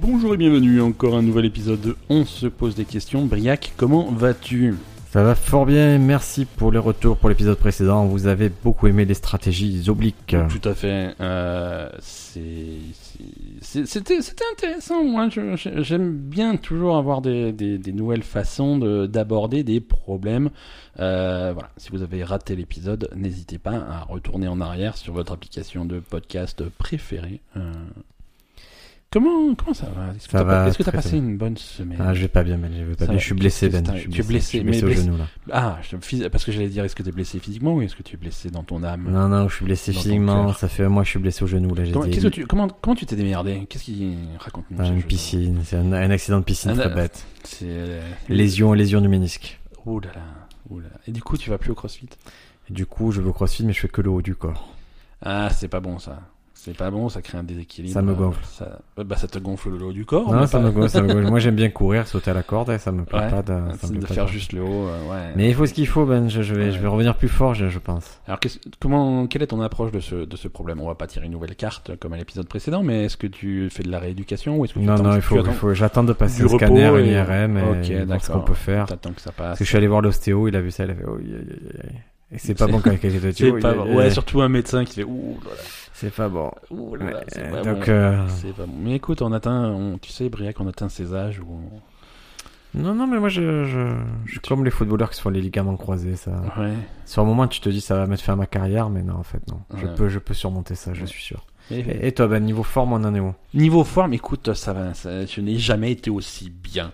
Bonjour et bienvenue, encore un nouvel épisode de On se pose des questions. Briac, comment vas-tu Ça va fort bien, merci pour les retours pour l'épisode précédent. Vous avez beaucoup aimé les stratégies obliques. Tout à fait. euh, c'est- c'est- c'est- C'était c'était intéressant. Moi, je- je- j'aime bien toujours avoir des, des- des nouvelles façons de- d'aborder des problèmes. Euh, voilà. Si vous avez raté l'épisode, n'hésitez pas à retourner en arrière sur votre application de podcast préférée. Euh, Comment, comment ça va Est-ce que Ça t'as va pas- est-ce que t'as très passé bien. une bonne semaine Ah, je vais pas bien, mais je vais pas Ça bien. va, Je suis blessé, qu'est-ce Ben. que t'as- Je suis tu es blessé, je suis mais blessé au blessé- genou, là. Ah, je- phys- parce que j'allais dire, est-ce que t'es blessé physiquement ou est-ce que tu es blessé dans ton âme Non, non, je suis blessé Dans ton physiquement. cœur. Ça fait un mois que je suis blessé au genou, là. J'ai Comment, des- qu'est-ce que tu, comment, comment tu t'es démerdé Qu'est-ce qui raconte dans une piscine. C'est un, un accident de piscine Un- très bête. C'est euh, Lésion, lésion du ménisque. Oh là là, oh là là. Et du coup, tu vas plus au CrossFit Et du coup, je veux au crossfit, mais je fais que le haut du corps. Ah, c'est pas bon ça. C'est pas bon, ça crée un déséquilibre. Ça me Euh, gonfle. Ça, bah, ça te gonfle le haut du corps. non, Oh, mais ça pas- me gonfle, ça me gonfle. Moi, j'aime bien courir, sauter à la corde, et ça me plaît Ouais, pas de, ça me c'est plaît de pas faire de- juste le haut, euh, ouais. Mais il faut ce qu'il faut, Ben. Je, je vais, je Ouais. vais revenir plus fort, je, je pense. Alors, qu'est-ce- comment, quelle est ton approche de ce, de ce problème On va pas tirer une nouvelle carte comme à l'épisode précédent, mais est-ce que tu fais de la rééducation ou est-ce que tu Non, attends- non, il tu faut, attends- il faut j'attends de passer du un repos scanner, et- un IRM, Ok, et voir ce d'accord. qu'on peut faire. T'attends que ça passe. Parce que je suis allé voir l'ostéo, il a vu ça, il a fait oh, aïe, aïe, aïe, aïe. Et c'est pas C'est- bon quand quelqu'un te dit C'est oh, aïe, pas aïe, bon. aïe, Ouais, aïe. surtout un médecin qui fait ouh là là, c'est pas bon. ouh là là, Ouais, c'est pas bon. donc, euh, C'est pas bon. Mais écoute, on atteint, on- tu sais, Briac, on atteint ces âges où on- non, non, mais moi je, je, je suis comme les footballeurs qui se font les ligaments croisés. Ça. Ouais. Sur un moment, tu te dis ça va mettre fin à ma carrière, mais non, en fait, non. Je, Ouais. peux, je peux surmonter ça, je Ouais. suis sûr. Mais- Et, et toi, Ben, niveau forme, on en est où niveau forme, écoute, ça va. ça- je n'ai jamais été aussi bien.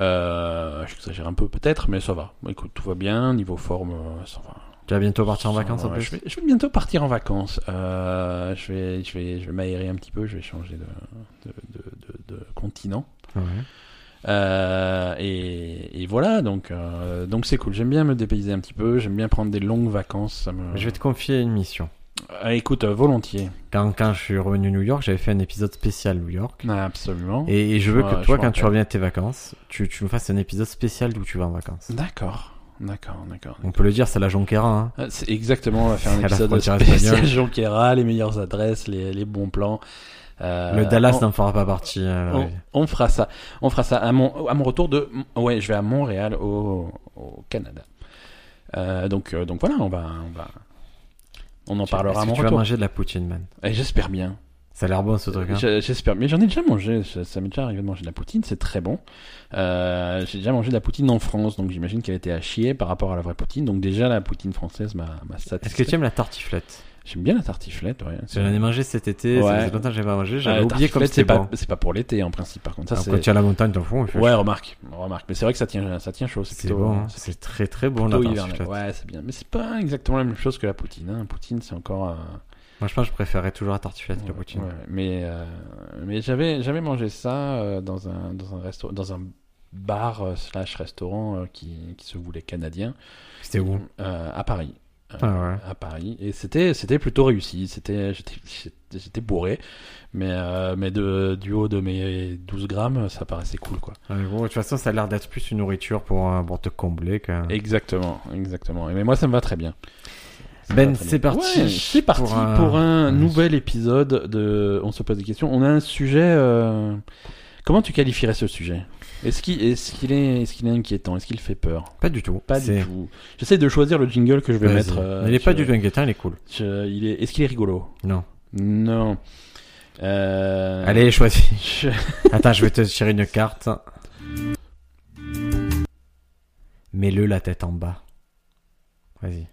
Euh, J'exagère un peu peut-être, mais ça va. Écoute, tout va bien. Niveau forme, euh, ça va. Tu vas bientôt partir en Ça vacances va, en plus je vais, je vais bientôt partir en vacances. Euh, je vais, je vais, je vais m'aérer un petit peu. Je vais changer de, de, de- de- de continent. Ouais. Euh, et, et voilà, donc euh, donc c'est cool. J'aime bien me dépayser un petit peu. J'aime bien prendre des longues vacances. ça me- Je vais te confier une mission. Ah, écoute, euh, volontiers. Quand, quand je suis revenu à New York, j'avais fait un épisode spécial New York. Ah, absolument. Et, et je veux Ouais, que je toi, me quand tu rappelle. reviens à tes vacances, tu, tu me fasses un épisode spécial d'où tu vas en vacances. D'accord, d'accord, d'accord. On peut le dire, c'est la Jonquera, hein. Ah, C'est exactement, on va faire À un la épisode frontière spécial espagnole. Jonquera, les meilleures adresses, les, les bons plans. Euh, Le Dallas on, n'en fera pas partie. hein, on- oui. on fera ça. On fera ça à mon, à mon retour de. Ouais, je vais à Montréal, au, au Canada. Euh, donc, euh, donc voilà, on va, on va. On en Tu- parlera à est-ce mon que Tu vas retour. manger de la poutine, man. Et J'espère bien. Ça a l'air bon ce truc. Hein. Je- J'espère. Mais j'en ai déjà mangé. Ça, ça m'est déjà arrivé de manger de la poutine. C'est très bon. Euh, J'ai déjà mangé de la poutine en France. Donc j'imagine qu'elle était à chier par rapport à la vraie poutine. Donc déjà, la poutine française m'a m'a Est-ce que satisfait. tu aimes la tartiflette J'aime bien la tartiflette. Ouais. J'en ai mangé cet été. Ouais. Ça faisait longtemps que j'avais pas mangé. Ah, J'avais la oublié comme tartiflette, c'est c'était pas, bon. c'est pas pour l'été en principe par contre. Ça, Alors, c'est- quand tu es à la montagne, t'en fous. on fait ouais, chier. remarque, remarque. Mais c'est vrai que ça tient, ça tient chaud. C'est c'est plutôt, euh, bon. hein. c'est C'est très très bon plutôt la hivernal. tartiflette. Ouais, c'est bien. Mais c'est pas exactement la même chose que la poutine. Hein. Poutine, c'est encore. euh, Moi, je pense que je préférais toujours la tartiflette que la Ouais, poutine. ouais, mais euh, mais j'avais j'avais mangé ça euh, dans un dans un resto dans un bar euh, slash restaurant euh, qui, qui se voulait canadien C'était où euh, à Paris. Euh, Ah ouais. à Paris et c'était c'était plutôt réussi c'était j'étais j'étais- j'étais bourré mais euh, mais de du haut de mes 12 grammes ça paraissait cool quoi Ouais, bon, de toute façon, ça a l'air d'être plus une nourriture pour, euh, pour te combler que. exactement exactement mais moi ça me va très bien Ça me Ben, va très c'est bien. parti Ouais, c'est parti pour pour un, un- un- nouvel épisode de on se pose des questions on a un sujet euh, comment tu qualifierais ce sujet est-ce qu'il est-ce qu'il est est-ce qu'il est inquiétant est-ce qu'il fait peur Pas du tout. pas C'est- du tout j'essaie de choisir le jingle que je vais Vas-y. mettre euh, il est pas je- du tout inquiétant, il est cool. je- il est est-ce qu'il est rigolo Non. Non. Euh, Allez, choisis. je- Attends, je vais te tirer une carte. Mets-le la tête en bas. Vas-y.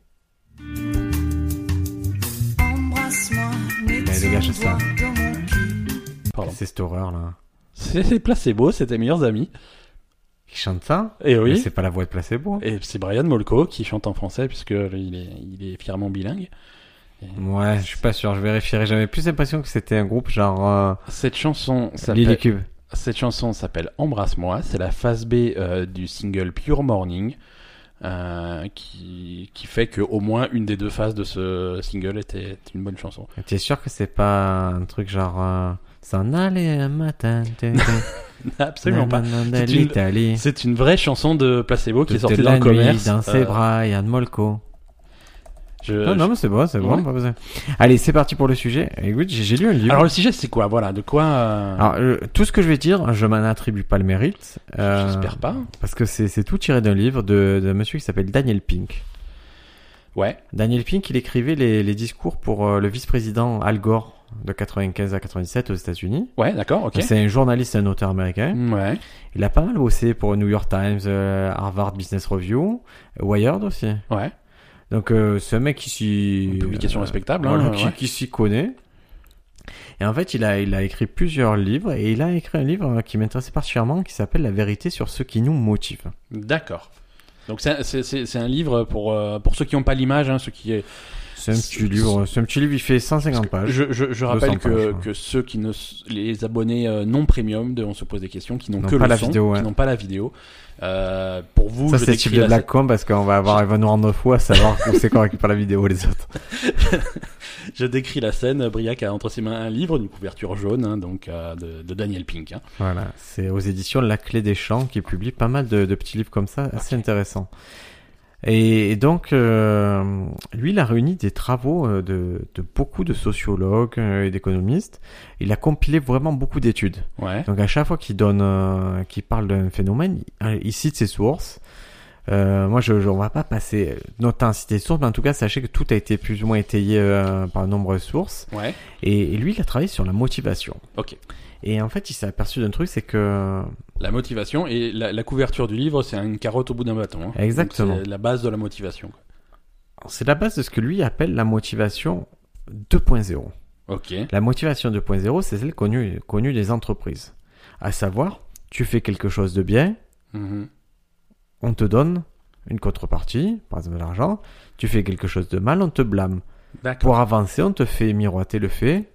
Embrasse-moi, mais Mais dégage ça. Pardon. C'est cette horreur là. C'est c'est placebo, c'est tes meilleurs amis. Qui chante ça Et Mais oui. C'est pas la voix de placebo. hein. Et c'est Brian Molko qui chante en français puisque il est, il est fièrement bilingue. Et Ouais, je suis pas sûr, je vérifierai. J'avais plus l'impression que c'était un groupe genre euh, Cette chanson Lily s'appelle Cube. cette chanson s'appelle Embrasse-moi. C'est la phase B euh, du single Pure Morning. euh, qui, qui fait que au moins une des deux phases de ce single était, était une bonne chanson. T'es sûr que c'est pas un truc genre euh, s'en aller un matin. t'es- Absolument pas. nanana C'est de une- l'Italie. C'est une vraie chanson de Placebo qui est sortie euh, Toute dans la le nuit commerce. dans ses euh, bras, Yann Molko. Je- Non, non, mais c'est bon, c'est bon. euh, Ouais. pas besoin. Allez, c'est parti pour le sujet. Écoute, j'ai j'ai lu un je- livre. Alors le sujet c'est quoi Voilà, de quoi euh, Alors, euh, tout ce que je vais dire, je m'en attribue pas le mérite. euh, J'espère pas. Parce que c'est c'est tout tiré d'un livre de- d'un monsieur qui s'appelle Daniel Pink. Ouais. Daniel Pink, il écrivait les, les discours pour euh, le vice-président Al Gore de 95 à 97 aux États-Unis. Ouais, d'accord, ok. Mm, Donc, C'est un journaliste et un auteur américain. Ouais. Il a pas mal bossé pour New York Times, euh, Harvard Business Review, Wired aussi. Ouais. Donc euh, c'est un mec qui s'y... Une publication euh, respectable, voilà, hein, qui, ouais. qui s'y connaît. Et en fait, il a, il a écrit plusieurs livres et il a écrit un livre qui m'intéressait particulièrement qui s'appelle La vérité sur ce qui nous motive. D'accord. Donc c'est- c'est c'est- c'est un livre pour, euh, pour ceux qui n'ont pas l'image, hein, ceux qui est... C'est un C'est- petit livre, c'est un petit livre, il fait 150 pages. Je, je, je rappelle 200 pages, que, ouais. que ceux qui ne s- les abonnés euh, non premium de On se pose des questions, qui n'ont N'ont que pas le la son, vidéo, ouais. qui n'ont pas la vidéo, euh, pour vous, Ça je c'est le décris type de la- blague con parce qu'on va avoir, il va nous rendre fou à savoir où c'est qu'on récupère la vidéo les autres. Je décris la scène, euh, Briac a entre ses mains un livre, une couverture jaune, hein, donc euh, de, de Daniel Pink. hein. Voilà, c'est aux éditions La Clé des Champs qui publie pas mal de, de petits livres comme ça, assez intéressants. Et, et donc, euh, lui, il a réuni des travaux euh, de, de beaucoup de sociologues euh, et d'économistes. Il a compilé vraiment beaucoup d'études. Ouais. Donc, à chaque fois qu'il donne, euh, qu'il parle d'un phénomène, il, il cite ses sources. Euh, moi, je, je, on va pas passer euh, notre temps à citer les sources, mais en tout cas, sachez que tout a été plus ou moins étayé euh, par de nombreuses sources. Ouais. Et, et lui, il a travaillé sur la motivation. Ok. Et en fait, il s'est aperçu d'un truc, c'est que La motivation et la, la couverture du livre, c'est une carotte au bout d'un bâton. hein. Exactement. Donc, C'est la base de la motivation. quoi. c'est la base de ce que lui appelle la motivation 2.0. Ok. La motivation 2.0, c'est celle connue, connue des entreprises. À savoir, tu fais quelque chose de bien, Mhm. on te donne une contrepartie, par exemple de l'argent. Tu fais quelque chose de mal, on te blâme. D'accord. Pour avancer, on te fait miroiter le fait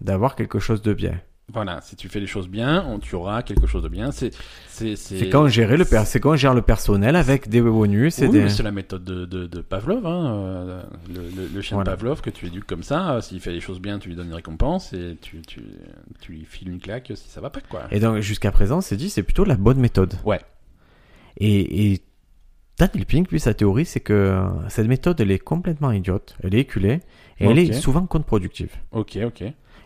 d'avoir quelque chose de bien. Voilà, si tu fais les choses bien, on, tu auras quelque chose de bien. C'est c'est C'est quand gérer le per- c'est quand on gère le personnel avec des bonus et Oui, des... mais c'est la méthode de, de- de Pavlov, hein, euh, le, le- le chien Voilà. de Pavlov que tu éduques comme ça. euh, S'il fait les choses bien, tu lui donnes une récompense et tu, tu, tu lui files une claque si ça va pas quoi. Et donc, jusqu'à présent, c'est dit, c'est plutôt la bonne méthode. Ouais. Et, et Daniel Pink, lui, sa théorie, c'est que cette méthode, elle est complètement idiote, elle est éculée, et elle Ok. est souvent contre-productive. Ok, ok.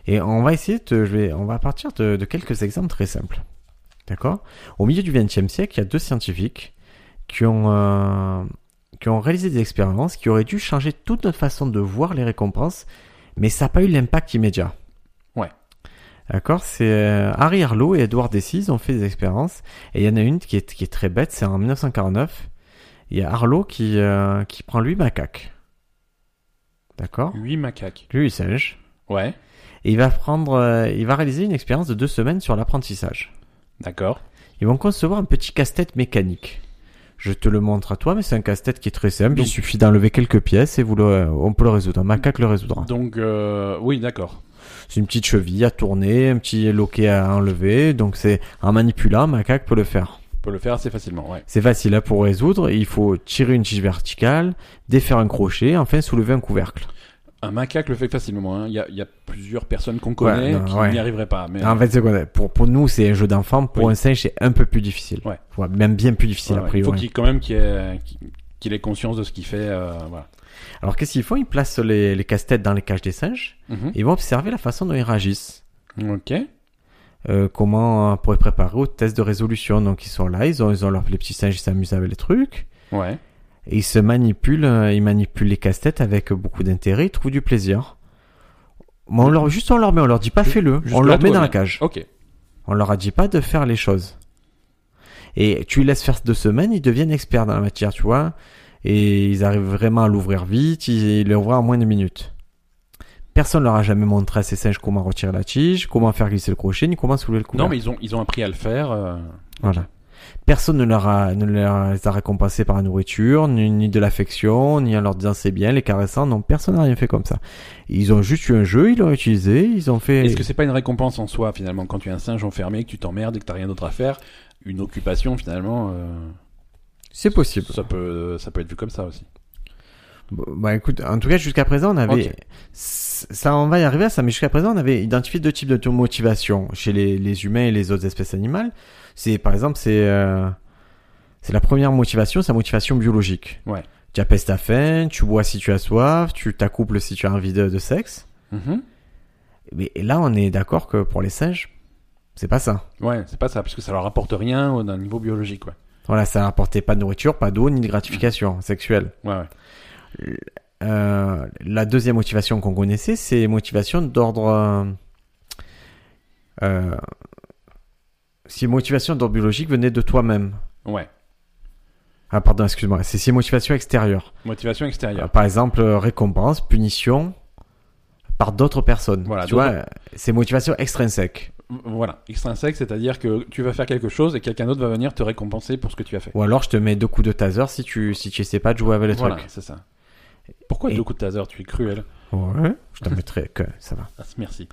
Et on va essayer de, je vais, on va partir de, de quelques exemples très simples. D'accord Au milieu du XXe siècle, il y a deux scientifiques qui ont, euh, qui ont réalisé des expériences qui auraient dû changer toute notre façon de voir les récompenses, mais ça n'a pas eu l'impact immédiat. Ouais. D'accord C'est euh, Harry Harlow et Edward Deci ils ont fait des expériences, et il y en a une qui est, qui est très bête, c'est en 1949. Il y a Harlow qui, euh, qui prend lui macaque. D'accord 8 macaques. Lui, il singe. Ouais, Et il va prendre, euh, il va réaliser une expérience de deux semaines sur l'apprentissage. d'accord. Ils vont concevoir un petit casse-tête mécanique. Je te le montre à toi, mais c'est un casse-tête qui est très simple. Donc- il suffit d'enlever quelques pièces et vous le, on peut le résoudre. Un macaque le résoudra. Donc, euh, oui, d'accord. C'est une petite cheville à tourner, un petit loquet à enlever. Donc c'est en manipulant, un macaque peut le faire. On peut le faire assez facilement, ouais. C'est facile là pour résoudre. Il faut tirer une tige verticale, défaire un crochet, enfin soulever un couvercle. Un macaque le fait facilement. hein. Il y, a, il y a plusieurs personnes qu'on Ouais, connaît non, qui ouais. Ah, n'y arriveraient pas. Mais... En fait, c'est quoi pour, pour nous, c'est un jeu d'enfant. Pour Oui. un singe, c'est un peu plus difficile. Ouais. Voire Même bien plus difficile, Ouais, a ouais. il faut priori. qu'il, quand même qu'il ait, qu'il ait conscience de ce qu'il fait. euh, voilà. Alors qu'est-ce qu'ils font Ils placent les, les casse-têtes dans les cages des singes Mhm. et ils vont observer la façon dont ils réagissent. Ok. Euh, comment on pourrait préparer au test de résolution. Donc ils sont là, ils ont, ils ont leur, les petits singes, ils s'amusent avec les trucs. Ouais. Et ils se manipulent, euh, ils manipulent les casse-têtes avec beaucoup d'intérêt, ils trouvent du plaisir. Mais on leur, juste on leur met, on leur dit pas Jus- fais-le, on jusque-là, leur tout met va dans la bien. cage. Ok. On leur a dit pas de faire les choses. Et tu les laisses faire deux semaines, ils deviennent experts dans la matière, tu vois. Et ils arrivent vraiment à l'ouvrir vite, ils ils l'ouvrent en moins de minutes. Personne leur a jamais montré à ces singes comment retirer la tige, comment faire glisser le crochet, ni comment soulever le couvercle. Non, mais ils ont, ils ont appris à le faire. euh, Voilà. Personne ne leur a, ne leur les a récompensés par la nourriture, ni, ni de l'affection, ni en leur disant c'est bien, les caressant. Non, personne n'a rien fait comme ça. Ils ont juste eu un jeu, ils l'ont utilisé, ils ont fait... Est-ce que c'est pas une récompense en soi finalement quand tu es un singe enfermé, que tu t'emmerdes et que t'as rien d'autre à faire, une occupation finalement, euh, C'est possible. ça peut euh, ça peut être vu comme ça aussi. Bon, Bah écoute, en tout cas jusqu'à présent on avait, Ok. C- ça on va y arriver à ça, mais jusqu'à présent on avait identifié deux types de motivation chez les, les humains et les autres espèces animales. C'est par exemple c'est euh, c'est la première motivation, c'est la motivation biologique. Ouais. Tu apaises ta faim, tu bois si tu as soif, tu t'accouples si tu as envie de, de sexe. Mhm. Mais là, on est d'accord que pour les singes, c'est pas ça. Ouais, c'est pas ça, parce que ça leur apporte rien au- d'un niveau biologique, quoi. Voilà, ça n'apportait pas de nourriture, pas d'eau, ni de gratification sexuelle. Ouais, ouais. Euh, la deuxième motivation qu'on connaissait, c'est motivation d'ordre. euh, euh, si motivation d'ordre biologique venait de toi-même. Ouais. Ah, pardon, excuse-moi. C'est si motivation extérieure. Motivation Euh, extérieure. par exemple, euh, récompense, punition par d'autres personnes. Voilà, tu vois, euh, c'est motivation extrinsèque. Voilà, extrinsèque, c'est-à-dire que tu vas faire quelque chose et quelqu'un d'autre va venir te récompenser pour ce que tu as fait. Ou alors, je te mets deux coups de taser si tu si tu essaies pas de jouer avec le voilà, truc. c'est ça. Pourquoi Et- deux coups de taser Tu es cruel. Ouais. Je te mettrai que ça va. Ah, merci.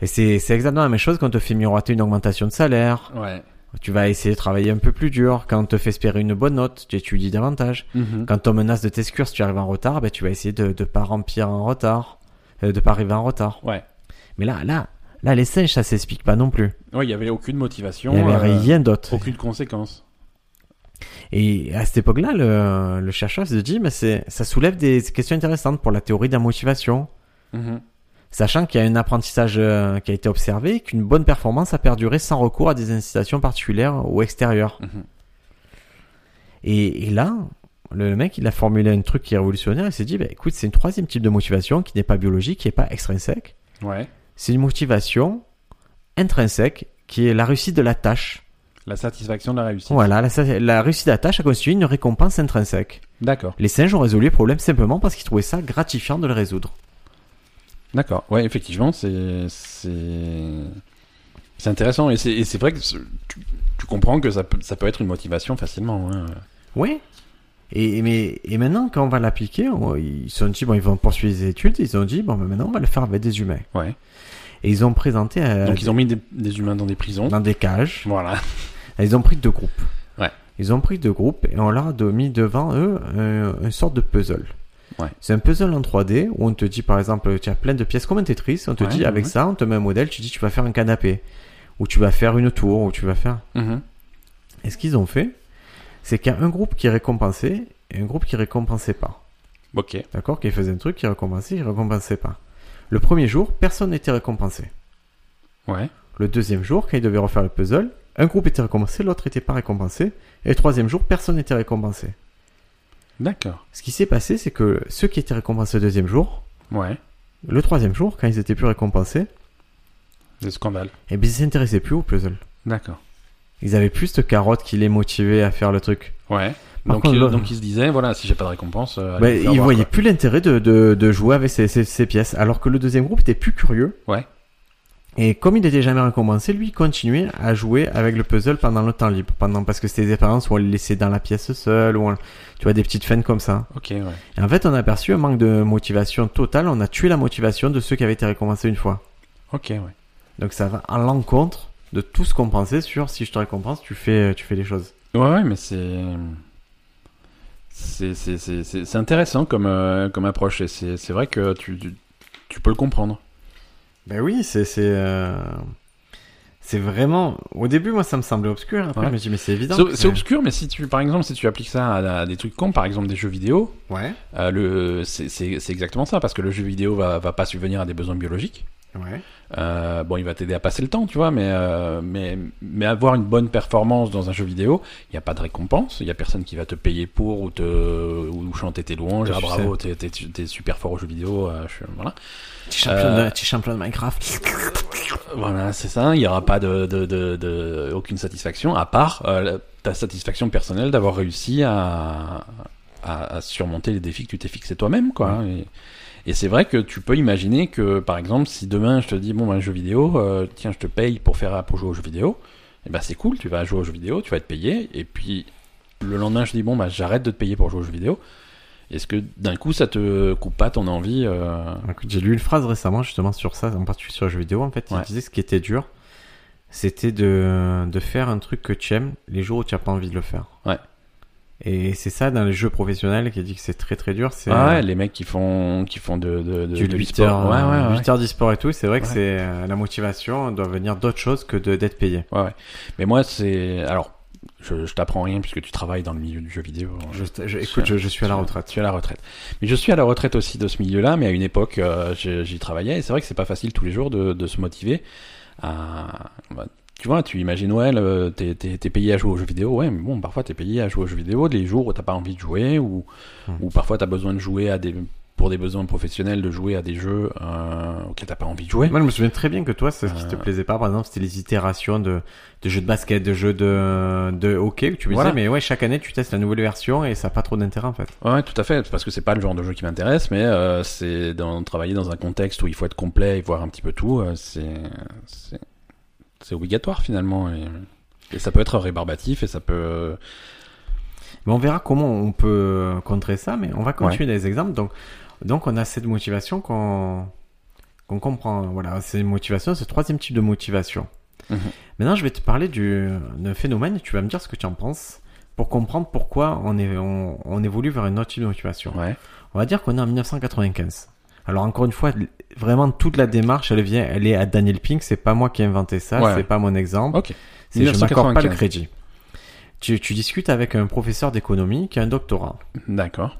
Et c'est c'est exactement la même chose quand on te fait miroiter une augmentation de salaire. Ouais. Tu vas essayer de travailler un peu plus dur. Quand on te fait espérer une bonne note, tu étudies davantage. Mhm. Quand on menace de t'exclure si tu arrives en retard, ben, tu vas essayer de ne pas remplir en retard, euh, de pas arriver en retard. Ouais. Mais là, là, là, les singes, ça s'explique pas non plus. Ouais, il n'y avait aucune motivation. Il n'y avait euh, rien d'autre. Aucune conséquence. Et à cette époque-là, le, le chercheur se dit, mais c'est, ça soulève des questions intéressantes pour la théorie de la motivation. Mhm. Sachant qu'il y a un apprentissage euh, qui a été observé, et qu'une bonne performance a perduré sans recours à des incitations particulières ou extérieures. Mhm. Et, et là, le, le mec, il a formulé un truc qui est révolutionnaire. Il s'est dit, bah, écoute, c'est une troisième type de motivation qui n'est pas biologique, qui n'est pas extrinsèque. Ouais. C'est une motivation intrinsèque qui est la réussite de la tâche. La satisfaction de la réussite. Voilà, la, sa- la réussite de la tâche a constitué une récompense intrinsèque. D'accord. Les singes ont résolu le problème simplement parce qu'ils trouvaient ça gratifiant de le résoudre. D'accord. Ouais, effectivement, c'est c'est c'est intéressant et c'est et c'est vrai que ce- tu, tu comprends que ça peut, ça peut être une motivation facilement. hein. Oui. Et, et mais, et maintenant, quand on va l'appliquer, on- ils se sont dit, bon, ils vont poursuivre les études. Ils ont dit, bon, ben, maintenant, on va le faire avec des humains. Ouais. Et ils ont présenté euh, Donc ils ont mis des, des humains dans des prisons. dans des cages. Voilà. Et Ils ont pris deux groupes. Ouais. Ils ont pris deux groupes et on leur a de- mis devant eux un- une sorte de puzzle. Ouais. C'est un puzzle en 3D où on te dit par exemple, tu as plein de pièces comme un Tetris, on te Ouais, dit avec ouais. ça, on te met un modèle, tu dis tu vas faire un canapé, ou tu vas faire une tour, ou tu vas faire. Mhm. Et ce qu'ils ont fait, c'est qu'il y a un groupe qui récompensait et un groupe qui récompensait pas. Ok. D'accord Qui faisait un truc, qui récompensait, qui récompensait pas. Le premier jour, personne n'était récompensé. Ouais. Le deuxième jour, quand ils devaient refaire le puzzle, un groupe était récompensé, l'autre n'était pas récompensé. Et le troisième jour, personne n'était récompensé. D'accord. Ce qui s'est passé, c'est que ceux qui étaient récompensés le deuxième jour, Ouais. le troisième jour, quand ils étaient plus récompensés, Des scandales. eh bien, ils s'intéressaient plus au puzzle. D'accord. Ils avaient plus de carottes qui les motivaient à faire le truc. Ouais. Par donc, contre, ils, le- donc ils se disaient voilà si j'ai pas de récompense. euh, allez Bah, me faire ils voir, voyaient quoi. plus l'intérêt de, de, de jouer avec ces, ces- ces pièces, alors que le deuxième groupe était plus curieux. Ouais. Et comme il n'était jamais récompensé, lui, il continuait à jouer avec le puzzle pendant le temps libre, pendant parce que c'était des expériences où on le laissait dans la pièce seul, ou on- tu vois des petites fans comme ça. Ok. Ouais. Et en fait, on a aperçu un manque de motivation totale. On a tué la motivation de ceux qui avaient été récompensés une fois. Ok. Ouais. Donc ça va à l'encontre de tout ce qu'on pensait sur si je te récompense, tu fais, tu fais les choses. Ouais, ouais, mais c'est. C'est, c'est, c'est, c'est- c'est intéressant comme, euh, comme approche et c'est, c'est vrai que tu, tu, tu peux le comprendre. Ben oui, c'est c'est euh, c'est vraiment. Au début, moi, ça me semblait obscur. Après, Ouais. je me dis mais c'est évident. C'est, que c'est obscur, mais si tu, par exemple, si tu appliques ça à, à des trucs cons, par exemple des jeux vidéo, Ouais. euh, le, c'est, c'est, c'est exactement ça, parce que le jeu vidéo va, va pas subvenir à des besoins biologiques. Ouais. Euh, bon, il va t'aider à passer le temps, tu vois, mais, euh, mais, mais avoir une bonne performance dans un jeu vidéo, il n'y a pas de récompense, il n'y a personne qui va te payer pour ou te ou chanter tes louanges, Ouais, ah, je bravo, t'es, t'es, t'es super fort au jeu vidéo, euh, je- voilà. Petit champion, Euh, de, petit champion de Minecraft. Voilà, c'est ça. Il n'y aura pas de, de, de, de- aucune satisfaction à part euh, la- ta satisfaction personnelle d'avoir réussi à, à, à surmonter les défis que tu t'es fixé toi-même, quoi. hein. Et, et c'est vrai que tu peux imaginer que, par exemple, si demain je te dis bon, un jeu vidéo, euh, tiens, je te paye pour faire pour jouer aux jeux vidéo, et ben c'est cool, tu vas jouer aux jeux vidéo, tu vas être payé, et puis le lendemain je dis bon, bah j'arrête de te payer pour jouer aux jeux vidéo. Est-ce que d'un coup ça te coupe pas ton envie euh, Écoute, j'ai lu une phrase récemment justement sur ça, en particulier sur les jeux vidéo. En fait, il Ouais. disait que ce qui était dur, c'était de, de faire un truc que tu aimes les jours où tu n'as pas envie de le faire. Ouais. Et c'est ça dans les jeux professionnels qui dit que c'est très très dur. C'est Ah euh, ouais, les mecs qui font, qui font de, de, de, du euh, de 8 l'e-sport. heures, Ouais, ouais, ouais. 8 heures d'e-sport et tout. C'est vrai que Ouais. c'est euh, la motivation doit venir d'autre chose que de- d'être payé. Ouais, ouais. Mais moi, c'est. Alors, je, je t'apprends rien puisque tu travailles dans le milieu du jeu vidéo. Je, je- écoute, je, je suis à la Tu- retraite. Tu es à la retraite. Mais je suis à la retraite aussi de ce milieu-là, mais à une époque, euh, j'ai- j'y travaillais et c'est vrai que c'est pas facile tous les jours de, de se motiver à. bah, tu vois, tu imagines Noël, euh, t'es t'es- t'es payé à jouer aux jeux vidéo, ouais, mais bon, parfois t'es payé à jouer aux jeux vidéo les jours où t'as pas envie de jouer ou, Hmm. ou parfois t'as besoin de jouer à des. pour des besoins professionnels, de jouer à des jeux euh, auxquels t'as pas envie de jouer. Moi, je me souviens très bien que toi, ce qui te Euh. plaisait pas, par exemple, c'était les itérations de, de jeux de basket, de jeux de, de hockey. où Tu me Voilà. disais, mais ouais, chaque année, tu testes la nouvelle version et ça n'a pas trop d'intérêt en fait. Ouais, tout à fait, parce que c'est pas le genre de jeu qui m'intéresse, mais euh, c'est dans, travailler dans un contexte où il faut être complet et voir un petit peu tout, euh, c'est c'est c'est obligatoire finalement. Et, et ça peut être rébarbatif et ça peut. Mais on verra comment on peut euh, contrer ça, mais on va continuer dans les exemples. Donc, donc on a cette motivation qu'on qu'on comprend. Voilà, c'est une motivation, c'est le troisième type de motivation. Mhm. Maintenant, je vais te parler du- d'un phénomène et tu vas me dire ce que tu en penses pour comprendre pourquoi on, est, on, on évolue vers une autre type de motivation. Ouais. On va dire qu'on est en 1995. Alors encore une fois, vraiment toute la démarche, elle vient, elle est à Daniel Pink. C'est pas moi qui ai inventé ça, Ouais. c'est pas mon exemple. Ok. C'est- Je m'accorde pas le 1995. crédit. Tu, tu discutes avec un professeur d'économie qui a un doctorat. D'accord.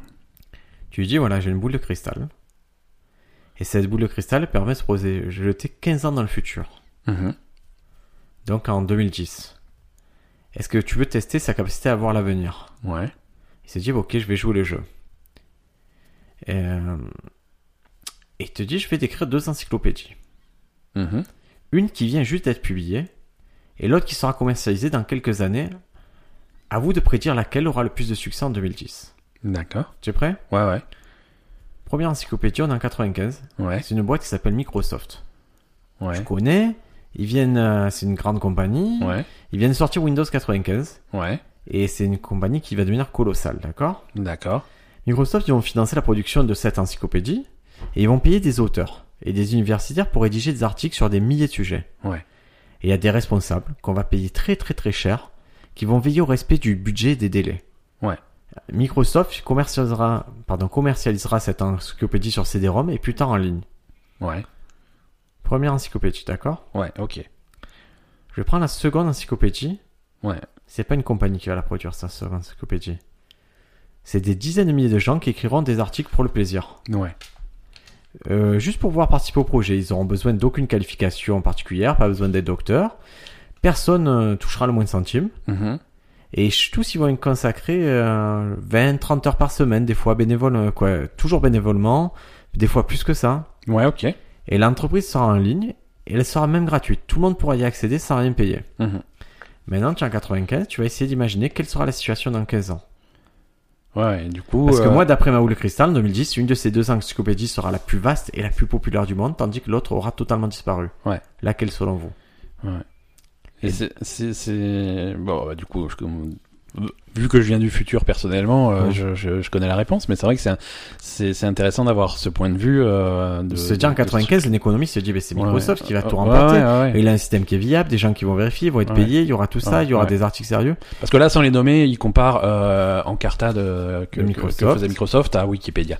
Tu lui dis, voilà, j'ai une boule de cristal. Et cette boule de cristal permet de se projeter 15 ans dans le futur. Mhm. Donc en 2010. Est-ce que tu veux tester sa capacité à voir l'avenir Ouais. Il s'est dit, ok, je vais jouer le jeu. Euh, Et il te dit, je vais décrire deux encyclopédies. Mhm. Une qui vient juste d'être publiée, et l'autre qui sera commercialisée dans quelques années. À vous de prédire laquelle aura le plus de succès en 2010. D'accord. Tu es prêt Ouais, ouais. Première encyclopédie, on est en 95. Ouais. C'est une boîte qui s'appelle Microsoft. Tu Ouais. connais Ils viennent, euh, c'est une grande compagnie. Ouais. Ils viennent sortir Windows 95, Ouais. et c'est une compagnie qui va devenir colossale, d'accord D'accord. Microsoft, ils vont financer la production de cette encyclopédie et ils vont payer des auteurs et des universitaires pour rédiger des articles sur des milliers de sujets. Ouais. Et il y a des responsables qu'on va payer très très très cher qui vont veiller au respect du budget et des délais. Ouais. Microsoft commercialisera, pardon, commercialisera cette encyclopédie sur CD-ROM et plus tard en ligne. Ouais. Première encyclopédie, d'accord Ouais. Ok. Je prends la seconde encyclopédie. Ouais. C'est pas une compagnie qui va la produire, ça, seconde encyclopédie. C'est des dizaines de milliers de gens qui écriront des articles pour le plaisir. Ouais. Euh, juste pour pouvoir participer au projet, ils auront besoin d'aucune qualification particulière, pas besoin d'être docteur. Personne euh, touchera le moins de centimes. Mhm. Et ch- tous, ils vont y consacrer euh, 20, 30 heures par semaine, des fois bénévole, euh, quoi, toujours bénévolement, des fois plus que ça. Ouais. Ok. Et l'entreprise sera en ligne, et elle sera même gratuite. Tout le monde pourra y accéder sans rien payer. Mhm. Maintenant, tu es en 95, tu vas essayer d'imaginer quelle sera la situation dans 15 ans. Ouais. Et du coup. Parce que euh, moi, d'après Maoul le Cristal, en 2010, une de ces deux encyclopédies sera la plus vaste et la plus populaire du monde, tandis que l'autre aura totalement disparu. Ouais. Laquelle selon vous Et c'est- c'est. c'est- Bon, bah, du coup, je- comme- vu que je viens du futur personnellement, euh, Mm. je, je- je connais la réponse, mais c'est vrai que c'est un- c'est c'est intéressant d'avoir ce point de vue. euh, de, Se dire en de- de- 95, un économiste se dit, bah, c'est Ouais, Microsoft ouais. qui va tout Ouais, remporter. ouais, ouais, ouais. Et Il a un système qui est viable, des gens qui vont vérifier, ils vont être Ouais. payés, il y aura tout ça, Ouais, il y aura ouais. des articles sérieux. Parce que là, sans les nommer, ils comparent euh, en cartade euh, que, De que- Microsoft. que faisait Microsoft à Wikipédia.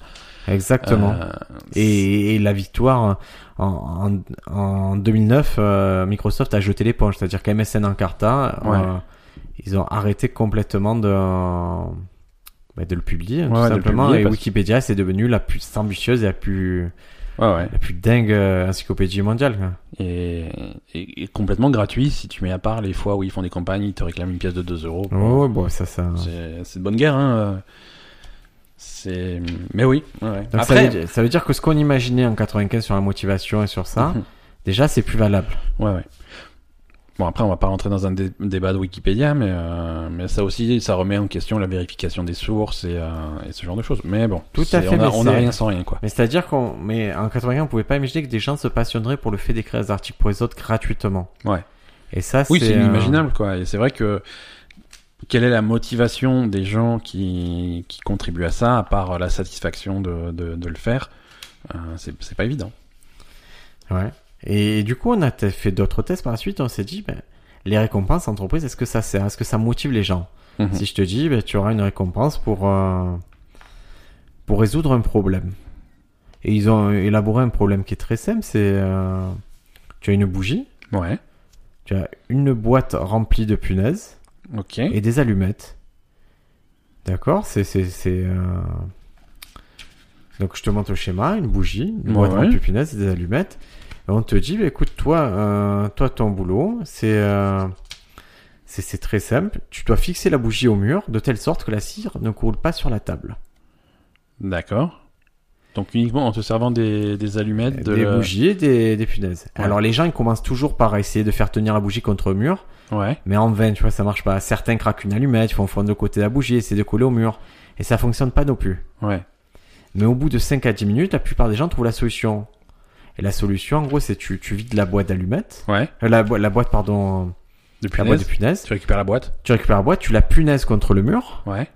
Exactement. Euh, Et, et la victoire en, en, en 2009, euh, Microsoft a jeté l'éponge, c'est-à-dire qu'MSN Encarta, Ouais. euh, ils ont arrêté complètement de, bah, de le publier, tout Ouais, ouais, de le simplement. publier et parce- Wikipédia, c'est devenu la plus ambitieuse et la plus, ouais, ouais. la plus dingue euh, encyclopédie mondiale. quoi. Et, et- et complètement gratuit si tu mets à part les fois où ils font des campagnes, ils te réclament une pièce de 2 euros. Oh, bon, ça, ça. C'est c'est de bonne guerre, hein. euh. C'est. Mais oui. ouais, ouais. Donc, ça, veut, dire- ça veut dire que ce qu'on imaginait en 95 sur la motivation et sur ça, Mhm. déjà, c'est plus valable. Ouais, ouais. Bon, après, on va pas rentrer dans un dé- débat de Wikipédia, mais, euh, mais ça aussi, ça remet en question la vérification des sources et, euh, et ce genre de choses. Mais bon, Tout à c'est- fait, on a, mais on a c'est- rien sans rien, quoi. Mais c'est-à-dire qu'on, mais en 95, on pouvait pas imaginer que des gens se passionneraient pour le fait d'écrire des articles pour les autres gratuitement. Ouais. Et ça, Oui, c'est c'est euh, inimaginable, quoi. Et c'est vrai que quelle est la motivation des gens qui, qui contribuent à ça, à part la satisfaction de, de, de le faire Euh, C'est c'est pas évident. Ouais. Et, du coup, on a t- fait d'autres tests par la suite. On s'est dit, ben, les récompenses entreprises, est-ce que ça sert Est-ce que ça motive les gens Mhm. Si je te dis, ben, tu auras une récompense pour euh, pour résoudre un problème. Et ils ont élaboré un problème qui est très simple. C'est euh, tu as une bougie, Ouais, tu as une boîte remplie de punaises Ok. et des allumettes. D'accord C'est. c'est- c'est, euh, Donc, je te montre le schéma une bougie, une Ouais, boîte en ouais. pupinas, des allumettes. Et on te dit, bah, écoute, toi, euh, toi, ton boulot, c'est. euh, C'est c'est très simple. Tu dois fixer la bougie au mur de telle sorte que la cire ne coule pas sur la table. D'accord. Donc uniquement en te servant des, des allumettes, de Des la- bougies et des, des punaises. Ouais. Alors les gens, ils commencent toujours par essayer de faire tenir la bougie contre le mur. Ouais. Mais en vain, tu vois, ça marche pas. Certains craquent une allumette, ils font fondre le côté de la bougie, essaient de coller au mur. Et ça fonctionne pas non plus. Ouais. Mais au bout de 5 à 10 minutes, la plupart des gens trouvent la solution. Et la solution, en gros, c'est tu, tu vides la boîte d'allumettes. Ouais. Euh, la, boi- la boîte, pardon. Depuis La boîte de punaises. Tu récupères la boîte. Tu récupères la boîte, tu la punaises contre le mur. Ouais.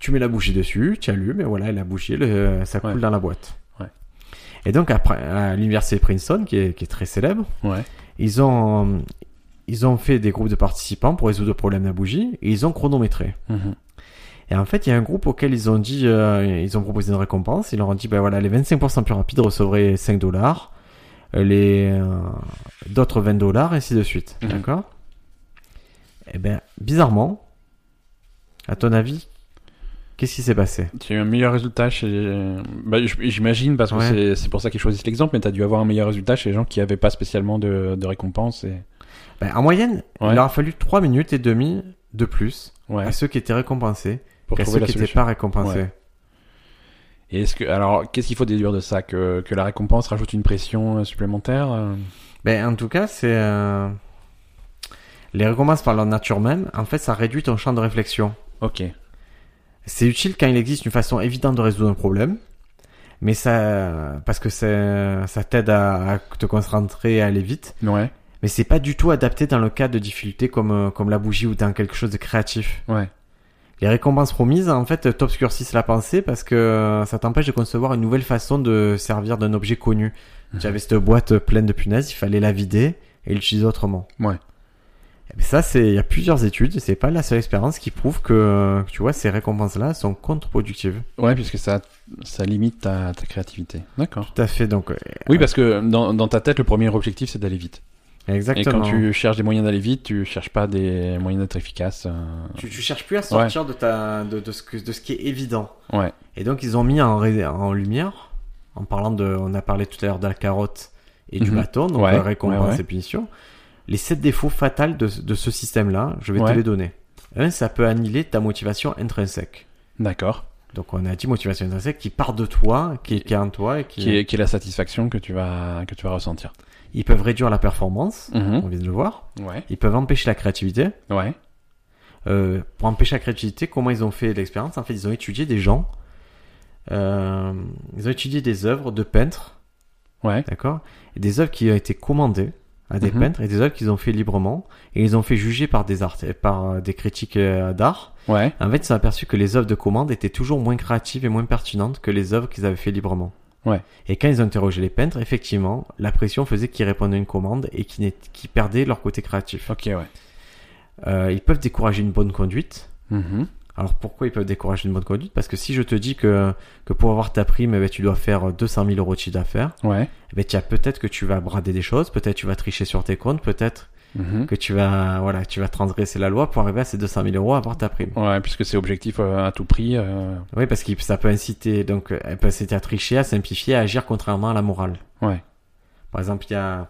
Tu mets la bougie dessus, tu allumes, et voilà, et la bougie, le- ça coule Ouais. dans la boîte. Ouais. Et donc, après, à l'université Princeton, qui est, qui est très célèbre, Ouais. ils ont, ils ont fait des groupes de participants pour résoudre le problème de la bougie, et ils ont chronométré. Mhm. Et en fait, il y a un groupe auquel ils ont dit, euh, ils ont proposé une récompense. Ils leur ont dit, ben voilà, les 25% plus rapides recevraient 5 dollars, les euh, d'autres 20 dollars, ainsi de suite. Mhm. D'accord Eh ben, bizarrement, à ton avis, qu'est-ce qui s'est passé Tu as eu un meilleur résultat chez. Bah, j- j'imagine parce que Ouais. c'est- c'est pour ça qu'ils choisissent l'exemple, mais t'as dû avoir un meilleur résultat chez les gens qui n'avaient pas spécialement de, de récompense. Et... ben, En moyenne, Ouais. il leur a fallu 3 minutes et demie de plus Ouais. à ceux qui étaient récompensés Pour qu'à trouver ceux la qui n'étaient solution. pas récompensés. Et est-ce que alors qu'est-ce qu'il faut déduire de ça que, que la récompense rajoute une pression euh, supplémentaire euh, Ben, en tout cas, c'est... euh, Les récompenses par leur nature même, en fait, ça réduit ton champ de réflexion. Ok. C'est utile quand il existe une façon évidente de résoudre un problème, mais ça, parce que ça, ça t'aide à, à te concentrer et à aller vite. Ouais. Mais c'est pas du tout adapté dans le cas de difficultés comme, euh, comme la bougie ou dans quelque chose de créatif. Ouais. Les récompenses promises, en fait, t'obscurcissent la pensée parce que euh, ça t'empêche de concevoir une nouvelle façon de servir d'un objet connu. Mhm. J'avais cette boîte pleine de punaises, il fallait la vider et l'utiliser autrement. Ouais. Mais ça, c'est, il y a plusieurs études, c'est pas la seule expérience qui prouve que, tu vois, ces récompenses-là sont contre-productives. Ouais, puisque ça ça limite ta, ta créativité. D'accord. Tout à fait, donc euh, Oui, parce que dans, dans ta tête, le premier objectif, c'est d'aller vite. exactement. Et quand tu cherches des moyens d'aller vite, tu cherches pas des moyens d'être efficace. euh, tu, tu cherches plus à sortir de, ta, de, de ce que, de ce qui est évident. Ouais. Et donc ils ont mis en, ré- en lumière, en parlant de, on a parlé tout à l'heure de la carotte et du Mhm. bâton, donc Ouais, la récompense ouais, ouais. et punition, les sept défauts fatals de, de ce système-là, je vais Ouais. te les donner. Un, ça peut annihiler ta motivation intrinsèque. D'accord. Donc on a dit motivation intrinsèque qui part de toi, qui, qui est en toi et qui... Qui est, qui est la satisfaction que tu vas, que tu vas ressentir. Ils peuvent réduire la performance, Mhm. on vient de le voir. Ouais. Ils peuvent empêcher la créativité. Ouais. Euh, pour empêcher la créativité, comment ils ont fait l'expérience En fait, ils ont étudié des gens, euh, ils ont étudié des œuvres de peintres, Ouais. d'accord Et Des œuvres qui ont été commandées à des Mhm. peintres et des œuvres qu'ils ont fait librement et ils ont fait juger par des art par euh, des critiques euh, d'art. Ouais. En fait, ils se sont aperçus que les œuvres de commande étaient toujours moins créatives et moins pertinentes que les œuvres qu'ils avaient fait librement. Ouais. Et quand ils ont interrogé les peintres, effectivement, la pression faisait qu'ils répondaient à une commande et qu'ils n'étaient- qu'ils perdaient leur côté créatif. Ok, ouais. Euh, ils peuvent décourager une bonne conduite. Mhm. Alors pourquoi ils peuvent décourager une bonne conduite Parce que si je te dis que, que pour avoir ta prime, eh ben, tu dois faire 200 000 euros de chiffre d'affaires, Ouais. eh ben, tu as peut-être que tu vas brader des choses, peut-être tu vas tricher sur tes comptes, peut-être Mhm. que tu vas voilà, tu vas transgresser la loi pour arriver à ces 200 000 euros à avoir ta prime. Ouais, puisque c'est objectif euh, à tout prix. euh, Oui, parce que ça peut inciter, donc euh, elle peut inciter à tricher, à simplifier, à agir contrairement à la morale. Ouais. Par exemple, il y a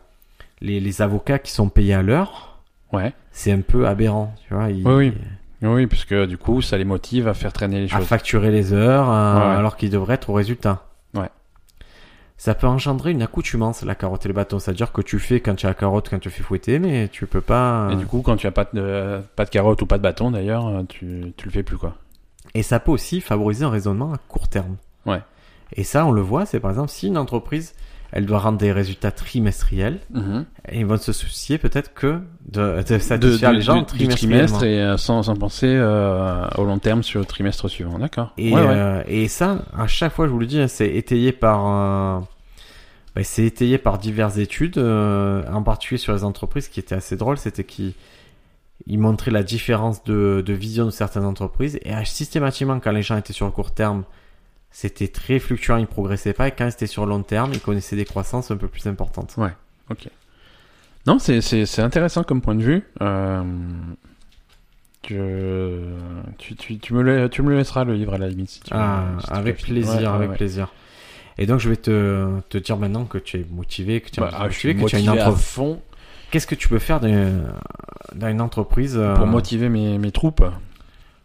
les, les avocats qui sont payés à l'heure, Ouais. c'est un peu aberrant, tu vois. ils- Oui, oui. Oui, puisque du coup, ça les motive à faire traîner les à choses. facturer les heures euh, Ouais, ouais. alors qu'ils devraient être au résultat. Ouais. Ça peut engendrer une accoutumance, la carotte et le bâton. C'est-à-dire que tu fais quand tu as la carotte, quand tu fais fouetter, mais tu peux pas. Et du coup, quand tu as pas de, pas de carotte ou pas de bâton, d'ailleurs, euh, tu, tu le fais plus, quoi. Et ça peut aussi favoriser un raisonnement à court terme. Ouais. Et ça, on le voit, c'est par exemple si une entreprise, elle doit rendre des résultats trimestriels, Mhm. et ils vont se soucier peut-être que de, de satisfaire les gens du, du trimestriellement. trimestre et euh, sans, sans penser euh, au long terme sur le trimestre suivant, d'accord. Et, ouais, ouais. euh, et ça, à chaque fois, je vous le dis, hein, c'est étayé par, euh, bah, c'est étayé par diverses études, euh, en particulier sur les entreprises, ce qui était assez drôle, c'était qu'ils ils montraient la différence de, de vision de certaines entreprises, et euh, systématiquement, quand les gens étaient sur le court terme, c'était très fluctuant, ils progressaient pas, et quand ils étaient sur le long terme, ils connaissaient des croissances un peu plus importantes. Non, c'est- c'est c'est intéressant comme point de vue. Euh, que tu, tu, tu, me le, tu me le laisseras le livre à la limite. Si tu Ah, veux, si tu avec veux. plaisir, Ouais, ouais, avec ouais. plaisir. Et donc je vais te, te dire maintenant que tu es motivé, que tu es Bah, ah, je suis motivé, que tu as une motivé à entreprise. fond Qu'est-ce que tu peux faire d'un- dans une entreprise euh, pour motiver mes, mes troupes.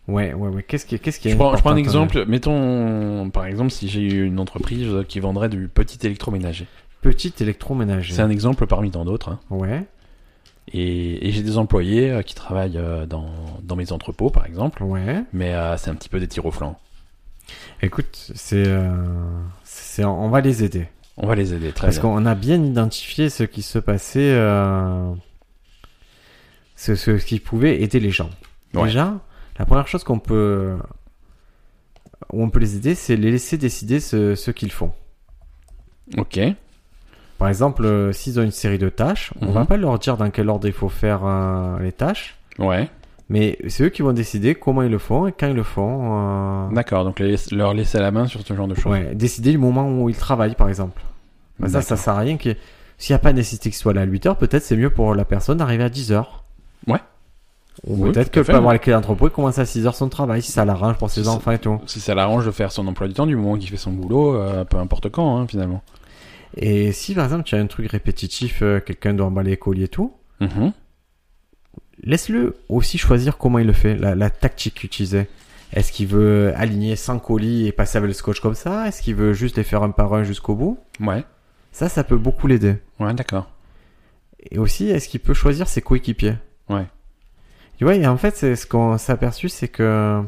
Ouais, ouais, ouais. Qu'est-ce qui, qu'est-ce qui est Je prends, je prends un important, exemple. Mettons, par exemple, si j'ai eu une entreprise qui vendrait du petit électroménager. euh, Petit électroménager. C'est un exemple parmi tant d'autres. hein. Ouais, Et, et j'ai des employés euh, qui travaillent euh, dans, dans mes entrepôts, par exemple. ouais. Mais euh, c'est un petit peu des tirs au flanc. Écoute, c'est, euh, c'est, on va les aider. On va les aider, très Parce bien. qu'on a bien identifié ce qui se passait, euh, ce, ce qui pouvait aider les gens. Ouais. Déjà, la première chose qu'on peut, où on peut les aider, c'est les laisser décider ce, ce qu'ils font. Ok. Par exemple, euh, s'ils ont une série de tâches, on Mhm. va pas leur dire dans quel ordre il faut faire euh, les tâches, Ouais. mais c'est eux qui vont décider comment ils le font et quand ils le font. euh, D'accord. Donc les- leur laisser la main sur ce genre de choses. ouais, décider le moment où ils travaillent, par exemple. Bah, ça, ça sert à rien que. S'il n'y a pas nécessité que ce soit là à 8h, peut-être c'est mieux pour la personne d'arriver à 10h. Ouais. Ou Oui, peut-être tout à qu'elle fait, peut avoir quel entrepôt et commencer à 6h son travail, si ça l'arrange pour ses Si ça- enfants et tout. Si ça l'arrange de faire son emploi du temps, du moment qu'il fait son boulot, euh, peu importe quand, hein, finalement. Et si par exemple tu as un truc répétitif, euh, quelqu'un doit emballer les colis et tout, Mhm. laisse-le aussi choisir comment il le fait, la, la tactique utilisée. Est-ce qu'il veut aligner 100 colis et passer avec le scotch comme ça Est-ce qu'il veut juste les faire un par un jusqu'au bout Ouais. Ça, ça peut beaucoup l'aider. Ouais, d'accord. Et aussi, est-ce qu'il peut choisir ses coéquipiers Ouais. Tu vois, et en fait, c'est ce qu'on s'est aperçu, c'est que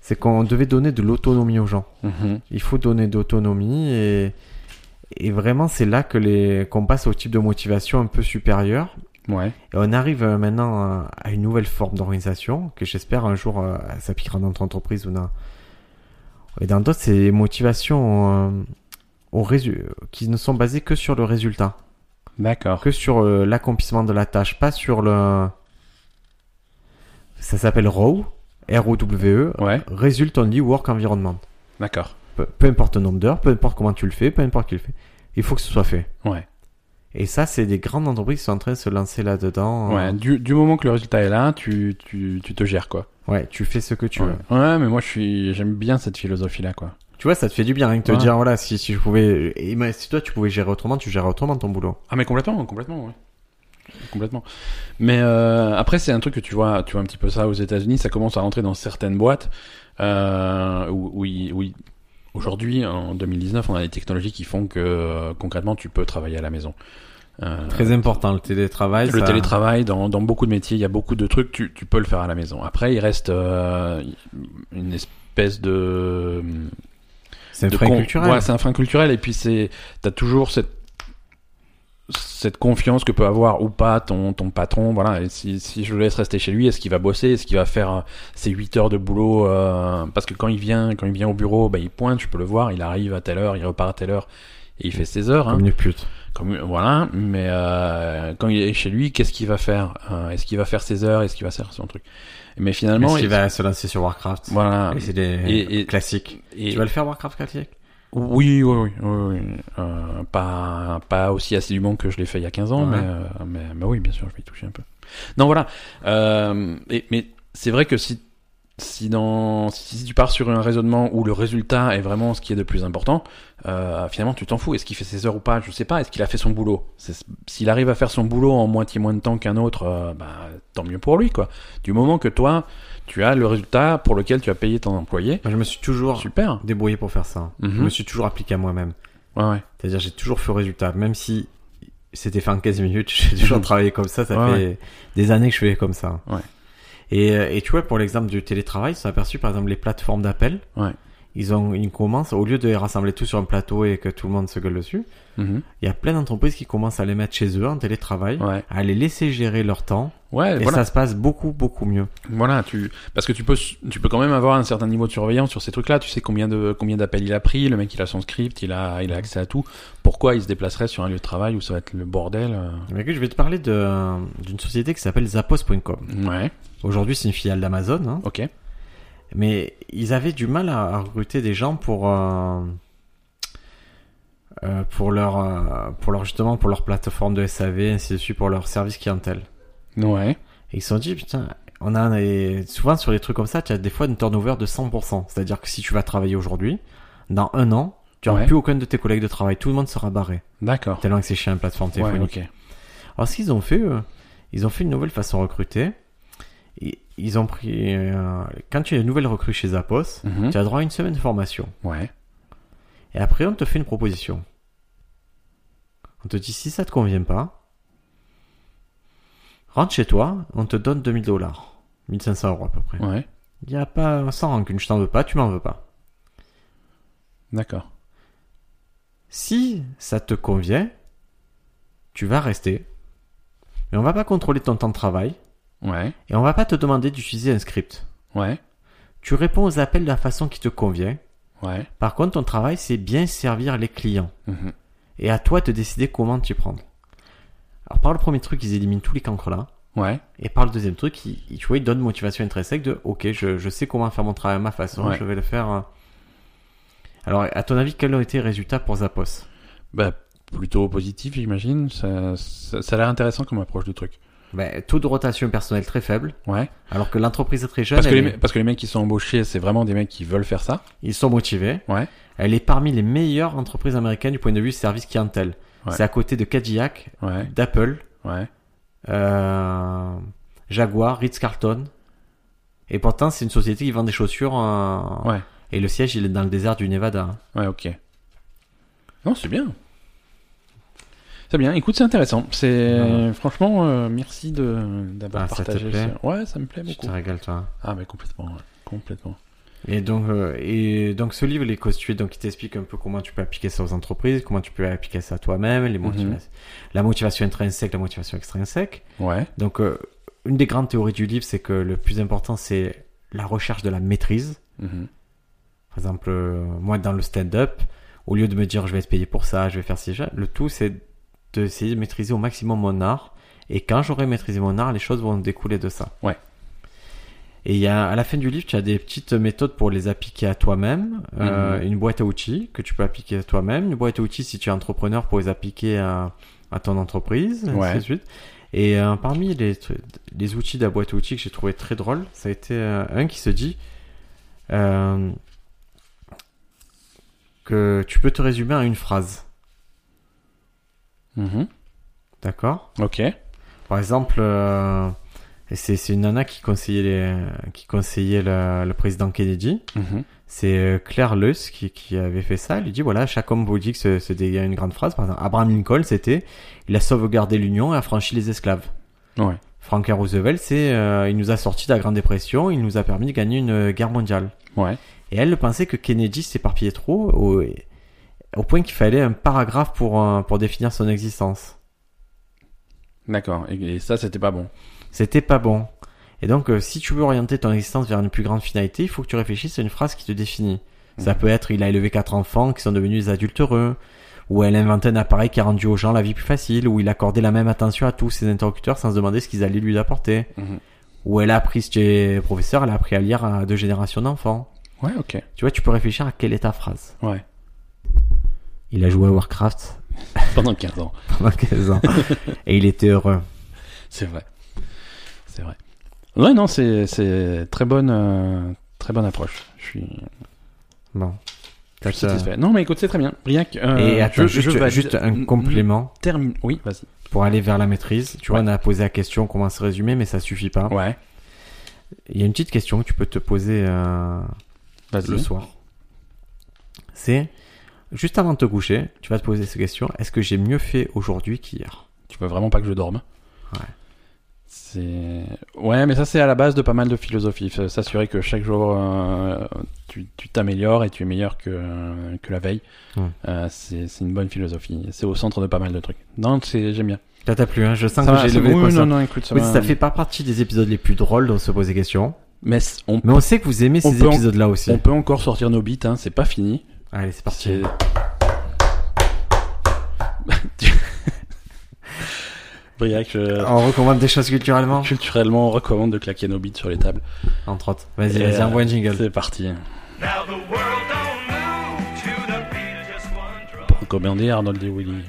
c'est qu'on devait donner de l'autonomie aux gens. Mhm. Il faut donner d'autonomie et et vraiment, c'est là que les qu'on passe au type de motivation un peu supérieure. Ouais. Et on arrive euh, maintenant euh, à une nouvelle forme d'organisation que j'espère un jour euh, ça piquera dans notre entreprise ou dans et dans d'autres, c'est motivations euh, au résu- qui ne sont basées que sur le résultat D'accord. que sur euh, l'accomplissement de la tâche, pas sur le. Ça s'appelle ROW, R-O-W-E, Ouais. Result Only Work Environment. D'accord. Peu, peu importe le nombre d'heures, peu importe comment tu le fais, peu importe qui le fait, il faut que ce soit fait. Ouais. Et ça, c'est des grandes entreprises qui sont en train de se lancer là-dedans. Ouais. Du, du moment que le résultat est là, tu, tu, tu te gères, quoi. Ouais, tu fais ce que tu ouais. veux. Ouais, mais moi, je suis, j'aime bien cette philosophie-là, quoi. Tu vois, ça te fait du bien rien que de Ouais. te dire, voilà, si, si je pouvais. et ben, si toi, tu pouvais gérer autrement, tu gères autrement ton boulot. Ah, mais complètement, complètement, ouais. Complètement. Mais euh, après, c'est un truc que tu vois, tu vois un petit peu ça aux États-Unis, ça commence à rentrer dans certaines boîtes euh, où, où ils- où ils- Aujourd'hui, en 2019, on a des technologies qui font que euh, concrètement, tu peux travailler à la maison. Euh, Très important, le télétravail. Le télétravail, dans, dans beaucoup de métiers, il y a beaucoup de trucs, tu, tu peux le faire à la maison. Après, il reste euh, une espèce de... C'est de frais con- culturel. hein. Ouais, c'est un frein culturel. Et puis, c'est t'as toujours cette cette confiance que peut avoir ou pas ton ton patron voilà et si, si je le laisse rester chez lui est-ce qu'il va bosser est-ce qu'il va faire euh, ses 8 heures de boulot euh, parce que quand il vient quand il vient au bureau bah, il pointe tu peux le voir il arrive à telle heure il repart à telle heure et il fait ses heures hein. Comme une pute. Comme, voilà, mais euh, quand il est chez lui, qu'est-ce qu'il va faire Euh, Est-ce qu'il va faire ses heures Est-ce qu'il va faire son truc Mais finalement, Est-ce qu'il il- va se lancer sur Warcraft voilà. Et c'est des Et- et- classiques. Et- Tu vas le faire Warcraft classique oui, oui, oui, oui, oui. Euh, pas pas aussi assidûment que je l'ai fait il y a 15 ans, Ouais. mais, euh, mais mais oui, bien sûr, je vais y toucher un peu. Non, voilà. Euh, et, mais c'est vrai que si si dans si tu pars sur un raisonnement où le résultat est vraiment ce qui est de plus important, euh, finalement tu t'en fous. Est-ce qu'il fait ses heures ou pas Je sais pas. Est-ce qu'il a fait son boulot C'est- S'il arrive à faire son boulot en moitié moins de temps qu'un autre, euh, bah, tant mieux pour lui quoi. Du moment que toi tu as le résultat pour lequel tu as payé ton employé, Moi, je me suis toujours super. débrouillé pour faire ça. Mhm. Je me suis toujours appliqué à moi-même. Ouais, ouais. C'est-à-dire, j'ai toujours fait au résultat. Même si c'était fait en 15 minutes, j'ai toujours Mhm. travaillé comme ça. Ça Ouais, fait des années que je fais comme ça. Ouais. Et, euh, et tu vois, pour l'exemple du télétravail, ils se sont aperçus, par exemple, les plateformes d'appel. Ouais. Ils ont, ils commencent, au lieu de les rassembler tous sur un plateau et que tout le monde se gueule dessus, Mhm. il y a plein d'entreprises qui commencent à les mettre chez eux en télétravail, Ouais. à les laisser gérer leur temps. Ouais, Et voilà. ça se passe beaucoup, beaucoup mieux. Voilà, tu parce que tu peux tu peux quand même avoir un certain niveau de surveillance sur ces trucs-là. Tu sais combien de combien d'appels il a pris, le mec il a son script, il a il a accès à tout. Pourquoi il se déplacerait sur un lieu de travail où ça va être le bordel euh Mais écoute, je vais te parler de- euh, d'une société qui s'appelle Zappos.com. Ouais, Aujourd'hui, c'est une filiale d'Amazon, hein. ok. mais ils avaient du mal à, à recruter des gens pour euh, euh, pour leur euh, pour leur justement pour leur plateforme de SAV, ainsi de suite, pour leur service clientèle. Ouais. Et ils se sont dit putain, on a et souvent sur les trucs comme ça, tu as des fois une turnover de 100%. C'est-à-dire que si tu vas travailler aujourd'hui, dans un an, tu n'auras Ouais. plus aucun de tes collègues de travail. Tout le monde sera barré. D'accord. Tellement que c'est chiant, une plateforme Ouais, téléphonique. ok. Alors, ce qu'ils ont fait, eux, ils ont fait une nouvelle façon de recruter. Et Ils ont pris. euh, quand tu es nouvelle recrue chez Apos, Mhm. tu as droit à une semaine de formation. Ouais. Et après, on te fait une proposition. On te dit si ça te convient pas, rentre chez toi, on te donne 2000 dollars. 1500 euros à peu près. Ouais. Il n'y a pas. Sans rancune, je t'en veux pas, tu m'en veux pas. D'accord. Si ça te convient, tu vas rester. Mais on va pas contrôler ton temps de travail. Ouais. Et on va pas te demander d'utiliser un script. Ouais. Tu réponds aux appels de la façon qui te convient. Ouais. Par contre, ton travail, c'est bien servir les clients. Mhm. Et à toi de décider comment t'y prendre. Alors, par le premier truc, ils éliminent tous les cancres là. Ouais. Et par le deuxième truc, ils, ils- tu vois, ils donnent motivation intrinsèque de OK, je, je sais comment faire mon travail à ma façon, Ouais. je vais le faire. euh. Alors, à ton avis, quels ont été les résultats pour Zappos Bah, plutôt positif, j'imagine. Ça, ça, ça a l'air intéressant comme approche du truc. ben, Taux de rotation personnelle très faible, Ouais. alors que l'entreprise est très jeune, Parce que, les, elle est- me- parce que les mecs qui sont embauchés, c'est vraiment des mecs qui veulent faire ça. ils sont motivés. Ouais. Elle est parmi les meilleures entreprises américaines du point de vue service clientèle. Ouais. C'est à côté de Cadillac, Ouais. d'Apple, Ouais. euh, Jaguar, Ritz-Carlton. Et pourtant, c'est une société qui vend des chaussures. euh, Ouais. Et le siège, il est dans le désert du Nevada. Ouais, ok. Non, c'est bien. C'est bien. Écoute, c'est intéressant. C'est Ouais. franchement, euh, merci de d'avoir Ah, ça te partagé. plaît ça. Ouais, ça me plaît Tu beaucoup. te régales, toi. Ah, mais complètement, ouais. complètement. Et donc, euh, et donc, ce livre, Les Costués, donc, il t'explique un peu comment tu peux appliquer ça aux entreprises, comment tu peux appliquer ça à toi-même, les motiva- Mhm. la motivation intrinsèque, la motivation extrinsèque. Ouais, Donc, euh, une des grandes théories du livre, c'est que le plus important, c'est la recherche de la maîtrise. Mhm. Par exemple, euh, moi dans le stand-up, au lieu de me dire je vais être payé pour ça, je vais faire ci, ça, le tout c'est d'essayer de maîtriser au maximum mon art. Et quand j'aurai maîtrisé mon art, les choses vont découler de ça. Ouais. Et il y a, à la fin du livre, tu as des petites méthodes pour les appliquer à toi-même. Euh, une boîte à outils que tu peux appliquer à toi-même. Une boîte à outils si tu es entrepreneur pour les appliquer à, à ton entreprise. Ouais. Ainsi de suite. Et euh, parmi les, tru- les outils de la boîte à outils que j'ai trouvé très drôle, ça a été euh, un qui se dit euh, que tu peux te résumer en une phrase. Mhm. D'accord ok. Par exemple, euh, et c'est c'est une nana qui conseillait, les- qui conseillait le, le président Kennedy. Mhm. C'est euh, Claire Leuss qui, qui avait fait ça. Elle lui dit voilà, chaque homme politique se, se dégage une grande phrase. Par exemple, Abraham Lincoln, c'était il a sauvegardé l'Union et a franchi les esclaves. Ouais, Franklin Roosevelt, c'est euh, il nous a sorti de la Grande Dépression, il nous a permis de gagner une euh, guerre mondiale. ouais, Et elle pensait que Kennedy s'éparpillait trop au, au point qu'il fallait un paragraphe pour, euh, pour définir son existence. d'accord. Et, et ça, c'était pas bon. C'était pas bon. Et donc, euh, si tu veux orienter ton existence vers une plus grande finalité, il faut que tu réfléchisses à une phrase qui te définit. Ça Mhm. peut être il a élevé quatre enfants qui sont devenus des adultes heureux, ou elle a inventé un appareil qui a rendu aux gens la vie plus facile, ou il accordait la même attention à tous ses interlocuteurs sans se demander ce qu'ils allaient lui apporter, Mhm. ou elle a appris chez professeur, elle a appris à lire à deux générations d'enfants. Ouais, ok. Tu vois, tu peux réfléchir à quelle est ta phrase. Ouais. Il a joué à Warcraft Pendant 15 ans, pendant 15 ans et il était heureux. c'est vrai. C'est vrai. Ouais, non, c'est c'est très bonne, euh, très bonne approche. Je suis, Bon. je suis Ça- satisfait. Non, mais écoute, c'est très bien. Briac, euh, Et attends, je- juste, je valide- juste un complément Termine. Oui, vas-y. pour aller vers la maîtrise. Tu vois, Ouais. on a posé la question, comment se résumer, mais ça suffit pas. Ouais, Il y a une petite question que tu peux te poser euh, vas-y. le soir. C'est juste avant de te coucher, tu vas te poser cette question est-ce que j'ai mieux fait aujourd'hui qu'hier Tu veux vraiment pas que je dorme. Ouais. C'est. Ouais, mais ça, c'est à la base de pas mal de philosophies. F- S'assurer que chaque jour, euh, tu tu t'améliores et tu es meilleur que, que la veille. Ouais. Euh, c'est c'est une bonne philosophie. C'est au centre de pas mal de trucs. Non, c'est- j'aime bien. Là, t'as plus, hein je sens Ça que va, j'ai c'est levé bon. le Oui, poing. non, non, écoute, ça Oui, va. ça fait pas partie des épisodes les plus drôles de se poser des questions. Mais c- on, Mais on sait que vous aimez On ces peut en- épisodes-là aussi. on peut encore sortir nos beats, hein, c'est pas fini. Allez, c'est parti. C'est- Briac, euh, je- On recommande des choses culturellement culturellement, on recommande de claquer nos beats sur les tables. Entre autres. Vas-y, Et, vas-y, envoie un jingle. C'est parti. Now the world don't move to the beat of just one drum. Recommandé Arnold et Willy.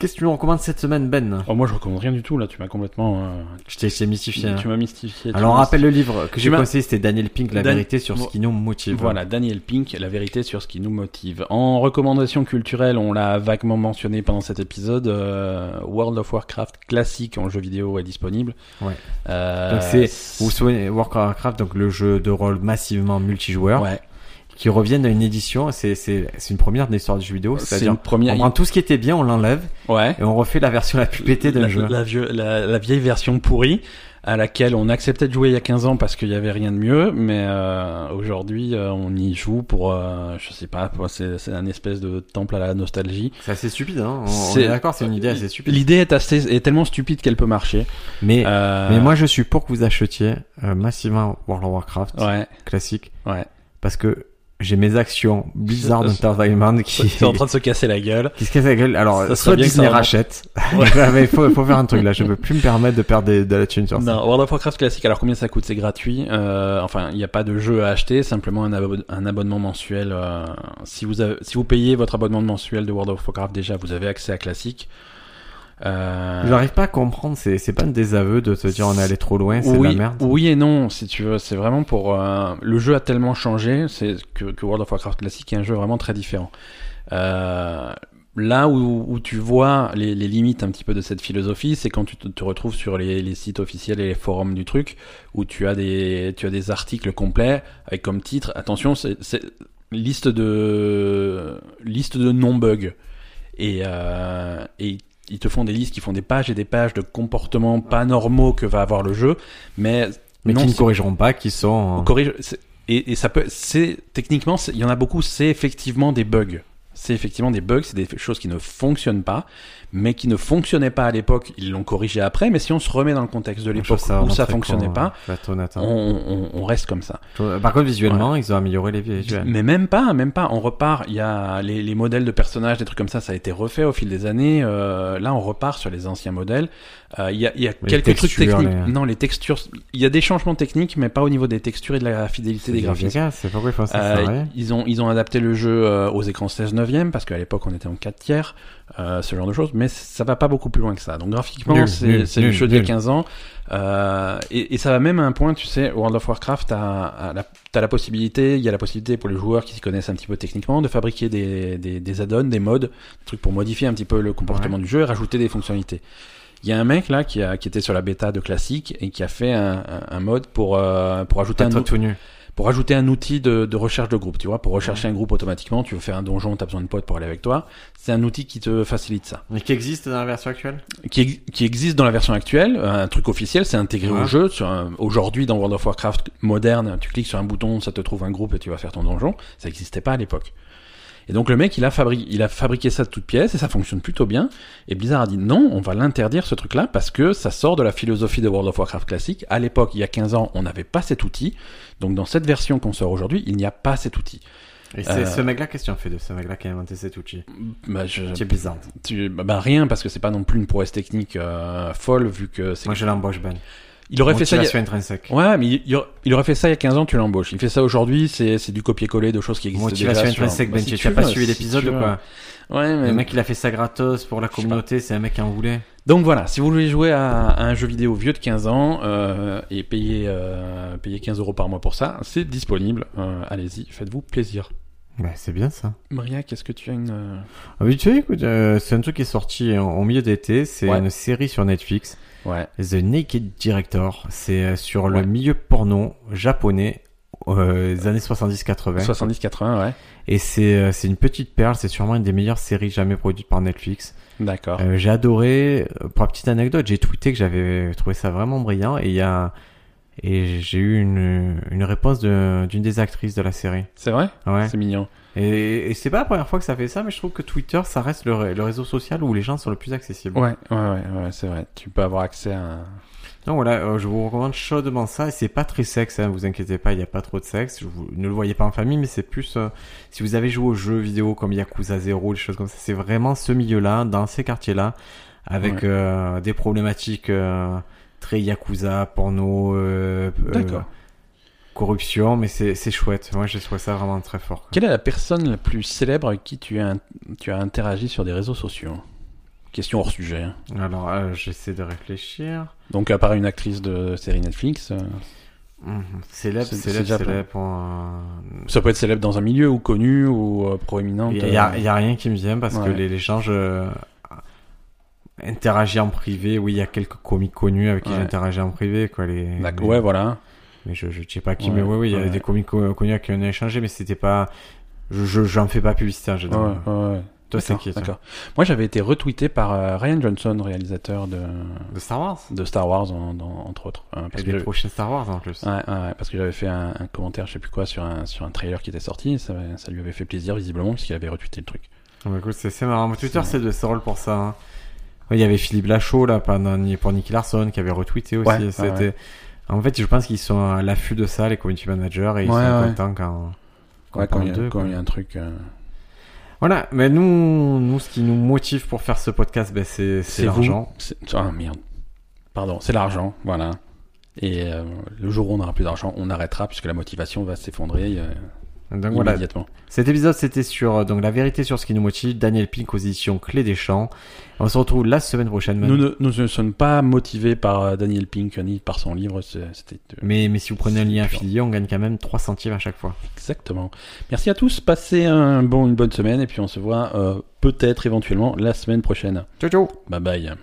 Qu'est-ce que tu nous recommandes cette semaine, Ben Oh, moi, je recommande rien du tout, là. Tu m'as complètement. euh, Je t'ai- je t'ai mystifié. hein. tu m'as mystifié. tu Alors, on m'as rappelle le livre que Tu j'ai m'as- conseillé, c'était Daniel Pink, La Dan- vérité sur ce Bon. qui nous motive. Voilà, Daniel Pink, la vérité sur ce qui nous motive. En recommandation culturelle, on l'a vaguement mentionné pendant cet épisode, euh, World of Warcraft classique en jeu vidéo est disponible. Ouais. Euh, Donc c'est- Vous vous souvenez, Warcraft, donc le jeu de rôle massivement multijoueur, Ouais, qui reviennent à une édition, c'est c'est- c'est une première de l'histoire du jeu vidéo, c'est c'est-à-dire une première. on prend tout ce qui était bien, on l'enlève, Ouais. et on refait la version la plus pétée d'un la, jeu. la vieux- la- la vieille version pourrie à laquelle on acceptait de jouer il y a 15 ans parce qu'il n'y avait rien de mieux, mais euh, aujourd'hui euh, on y joue pour, euh, je sais pas, pour- c'est c'est un espèce de temple à la nostalgie. C'est assez stupide, hein. on, on C'est- est d'accord, c'est une idée assez stupide. L'idée est, assez- est tellement stupide qu'elle peut marcher. Mais, Euh, mais moi je suis pour que vous achetiez euh, massivement World of Warcraft ouais, classique, ouais. parce que j'ai mes actions Blizzard Euh, Entertainment qui, Ils sont en train de se casser la gueule. qui se casse la gueule. Alors, Ça serait soit bien que Disney ça remonte. rachète, mais faut, faut faire un truc là, je peux plus me permettre de perdre des- de la thune sur ça. Non, World of Warcraft classique, alors combien ça coûte C'est gratuit. Euh, enfin, il n'y a pas de jeu à acheter, simplement un, abo- un abonnement mensuel. euh, si, vous avez- si vous payez votre abonnement mensuel de World of Warcraft déjà, vous avez accès à classique. Euh, J'arrive pas à comprendre, c'est c'est pas un désaveu de te dire on est allé trop loin, c'est de oui, la merde. oui et non, si tu veux. C'est vraiment pour. euh, le jeu a tellement changé c'est que, que World of Warcraft classique est un jeu vraiment très différent. Euh, là où, où tu vois les, les limites un petit peu de cette philosophie, c'est quand tu te, te retrouves sur les, les sites officiels et les forums du truc, où tu as des, tu as des articles complets avec comme titre attention, c'est c'est liste de liste de non bugs et euh, et ils te font des listes qui font des pages et des pages de comportements pas normaux que va avoir le jeu, mais mais non, qui ne c'est- corrigeront pas, qui sont. on corrige. c'est- Et, et ça peut. C'est techniquement, c'est- il y en a beaucoup. C'est effectivement des bugs. C'est effectivement des bugs. C'est des choses qui ne fonctionnent pas, mais qui ne fonctionnaient pas à l'époque. Ils l'ont corrigé après. Mais si on se remet dans le contexte de euh, Je l'époque trouve où vraiment ça très fonctionnait con, pas, euh, la tonne, attends. on, on- on reste comme ça. Par contre, visuellement, ils ont amélioré les visuels. Mais même pas, même pas. On repart. Il y a les, les modèles de personnages, des trucs comme ça. Ça a été refait au fil des années. Euh, là, on repart sur les anciens modèles. Euh, Il y a, il y a Les quelques trucs textures, techniques. les- Non, les textures. Il y a des changements techniques, mais pas au niveau des textures et de la fidélité des bien graphismes. efficace, C'est pourquoi ils font ça, Euh, c'est vrai. ils, ont, ils ont adapté le jeu euh, aux écrans 16 neuvième parce qu'à l'époque on était en 4 tiers, euh, ce genre de choses, mais ça va pas beaucoup plus loin que ça. Donc graphiquement Nul, c'est nul, c'est le nul, jeu d'il y a nul. 15 ans euh, et, et ça va même à un point, tu sais, World of Warcraft, t'as as la, t'as la possibilité, il y a la possibilité pour les joueurs qui s'y connaissent un petit peu techniquement de fabriquer des, des, des add-ons, des mods, des trucs pour modifier un petit peu le comportement du jeu et rajouter des fonctionnalités. Il y a un mec là qui, a, qui était sur la bêta de classique et qui a fait un, un, un mode pour, euh, pour ajouter T'as un, toi tout nu. pour ajouter un outil de, de recherche de groupe, tu vois, pour rechercher un groupe automatiquement, tu veux faire un donjon, t'as besoin de potes pour aller avec toi, c'est un outil qui te facilite ça. Mais qui existe dans la version actuelle Qui, ex- qui existe dans la version actuelle, euh, un truc officiel, c'est intégré au Ouais. jeu. Sur un- Aujourd'hui, dans World of Warcraft moderne, tu cliques sur un bouton, ça te trouve un groupe et tu vas faire ton donjon. Ça n'existait pas à l'époque. Et donc le mec, il a, fabri- il a fabriqué ça de toutes pièces et ça fonctionne plutôt bien. Et Blizzard a dit non, on va l'interdire ce truc-là parce que ça sort de la philosophie de World of Warcraft classique. À l'époque, il y a 15 ans, on n'avait pas cet outil. Donc dans cette version qu'on sort aujourd'hui, il n'y a pas cet outil. Et c'est Euh, ce mec-là, qu'est-ce que tu en fais de ce mec-là qui a inventé cet outil Bah, je- Qui est bizarre. tu- bah, bah, rien parce que c'est pas non plus une prouesse technique euh, folle vu que c'est. Moi, je l'embauche, Ben. Il aurait fait ça. il y a- Oh, Motivation intrinsèque. Ouais, ouais, mais il, il aura- il aurait fait ça il y a 15 ans, tu l'embauches. Il fait ça aujourd'hui, c'est c'est du copier-coller de choses qui existent Motivation déjà. sur- intrinsèque, Bah, Ben. si Tu as veux, pas suivi si l'épisode tu ou veux. quoi Ouais, mais... Le mec, il a fait ça gratos pour la sais pas. communauté, c'est un mec qui en voulait. Donc voilà, si vous voulez jouer à, à un jeu vidéo vieux de 15 ans euh, et payer, euh, payer 15 euros par mois pour ça, c'est disponible. Euh, Allez-y, faites-vous plaisir. Bah, c'est bien ça. Maria, qu'est-ce que tu as une... euh, Ah oui, tu sais, écoute, euh, c'est un truc qui est sorti en, en milieu d'été, c'est Ouais. une série sur Netflix, Ouais, The Naked Director, c'est euh, sur Ouais. le milieu porno japonais euh, des années 70-80, 70-80, ouais. et c'est euh, c'est une petite perle, c'est sûrement une des meilleures séries jamais produites par Netflix. D'accord. Euh, j'ai adoré, euh, pour la petite anecdote, j'ai tweeté que j'avais trouvé ça vraiment brillant, et il y a... Et j'ai eu une, une réponse de- d'une des actrices de la série. C'est vrai Ouais. C'est mignon. Et, et c'est pas la première fois que ça fait ça, mais je trouve que Twitter, ça reste le, ré- le réseau social où les gens sont le plus accessibles. Ouais, ouais, ouais, ouais c'est vrai. Tu peux avoir accès à... un- Donc voilà, euh, je vous recommande chaudement ça. Et c'est pas très sexe, hein, vous inquiétez pas, il n'y a pas trop de sexe. Je vous, ne le voyez pas en famille, mais c'est plus euh, si vous avez joué aux jeux vidéo comme Yakuza 0, des choses comme ça. C'est vraiment ce milieu-là, dans ces quartiers-là, avec Ouais. euh, des problématiques euh, très Yakuza, porno, euh, euh, D'accord. corruption, mais c'est c'est chouette. Moi, je trouve ça vraiment très fort. quoi. Quelle est la personne la plus célèbre avec qui tu as, tu as interagi sur des réseaux sociaux Question hors sujet. hein. Alors, euh, j'essaie de réfléchir. Donc, à part une actrice de série Netflix, euh, Mhm. Célèbre, C'est- célèbre, c'est Japon. célèbre. euh, ça peut être célèbre dans un milieu ou connu ou euh, proéminente. Il n'y a, euh, il y a rien qui me vient parce que Ouais. les, les gens, je- interagis en privé. Oui, il y a quelques comiques connus avec qui Ouais. j'interagis en privé. Quoi, les, D'accord, les- ouais, voilà. Mais je, je sais pas qui, Ouais, mais oui, oui, il y avait ouais. des comiques co- connus avec qui on a échangé, mais c'était pas. Je, je, j'en fais pas publicité en Ouais, général. ouais, ouais. Toi, c'est D'accord, qui toi D'accord. Moi, j'avais été retweeté par euh, Ryan Johnson, réalisateur de, De Star Wars de Star Wars, en- dans- entre autres. hein, Et parce que des j'avais- prochains Star Wars en plus. Ouais, ouais, ouais, parce que j'avais fait un, un commentaire, je sais plus quoi, sur un, sur un trailer qui était sorti. Ça, ça lui avait fait plaisir, visiblement, puisqu'il avait retweeté le truc. Bah, écoute, c'est c'est marrant. Mais Twitter, C'est- c'est de c'est drôle pour ça. hein. Ouais, Il y avait Philippe Lachaud là, pendant- pour Nicky Larson qui avait retweeté aussi. Ouais, ouais, C'était- En fait, je pense qu'ils sont à l'affût de ça, les community managers, et ils Ouais, sont ouais. contents quand. quand Ouais, on quand il y, parle a- d'eux, quand quoi. il y a un truc. euh, Voilà, mais nous, nous, ce qui nous motive pour faire ce podcast, ben, c'est c'est c'est vous. l'argent. C'est- Ah merde. Pardon, c'est l'argent, voilà. Et euh, le jour où on n'aura plus d'argent, on arrêtera, puisque la motivation va s'effondrer euh, Donc voilà, immédiatement. Cet épisode, c'était sur euh, donc la vérité sur ce qui nous motive. Daniel Pink aux éditions Clé des Champs. On se retrouve la semaine prochaine. Manu. Nous ne, nous ne sommes pas motivés par euh, Daniel Pink ni par son livre, c'est- c'était euh, Mais, mais si vous prenez un lien C'est affilié, on gagne quand même 3 centimes à chaque fois. exactement. Merci à tous, passez un bon, une bonne semaine, et puis on se voit euh, peut-être éventuellement la semaine prochaine. Ciao ciao Bye bye.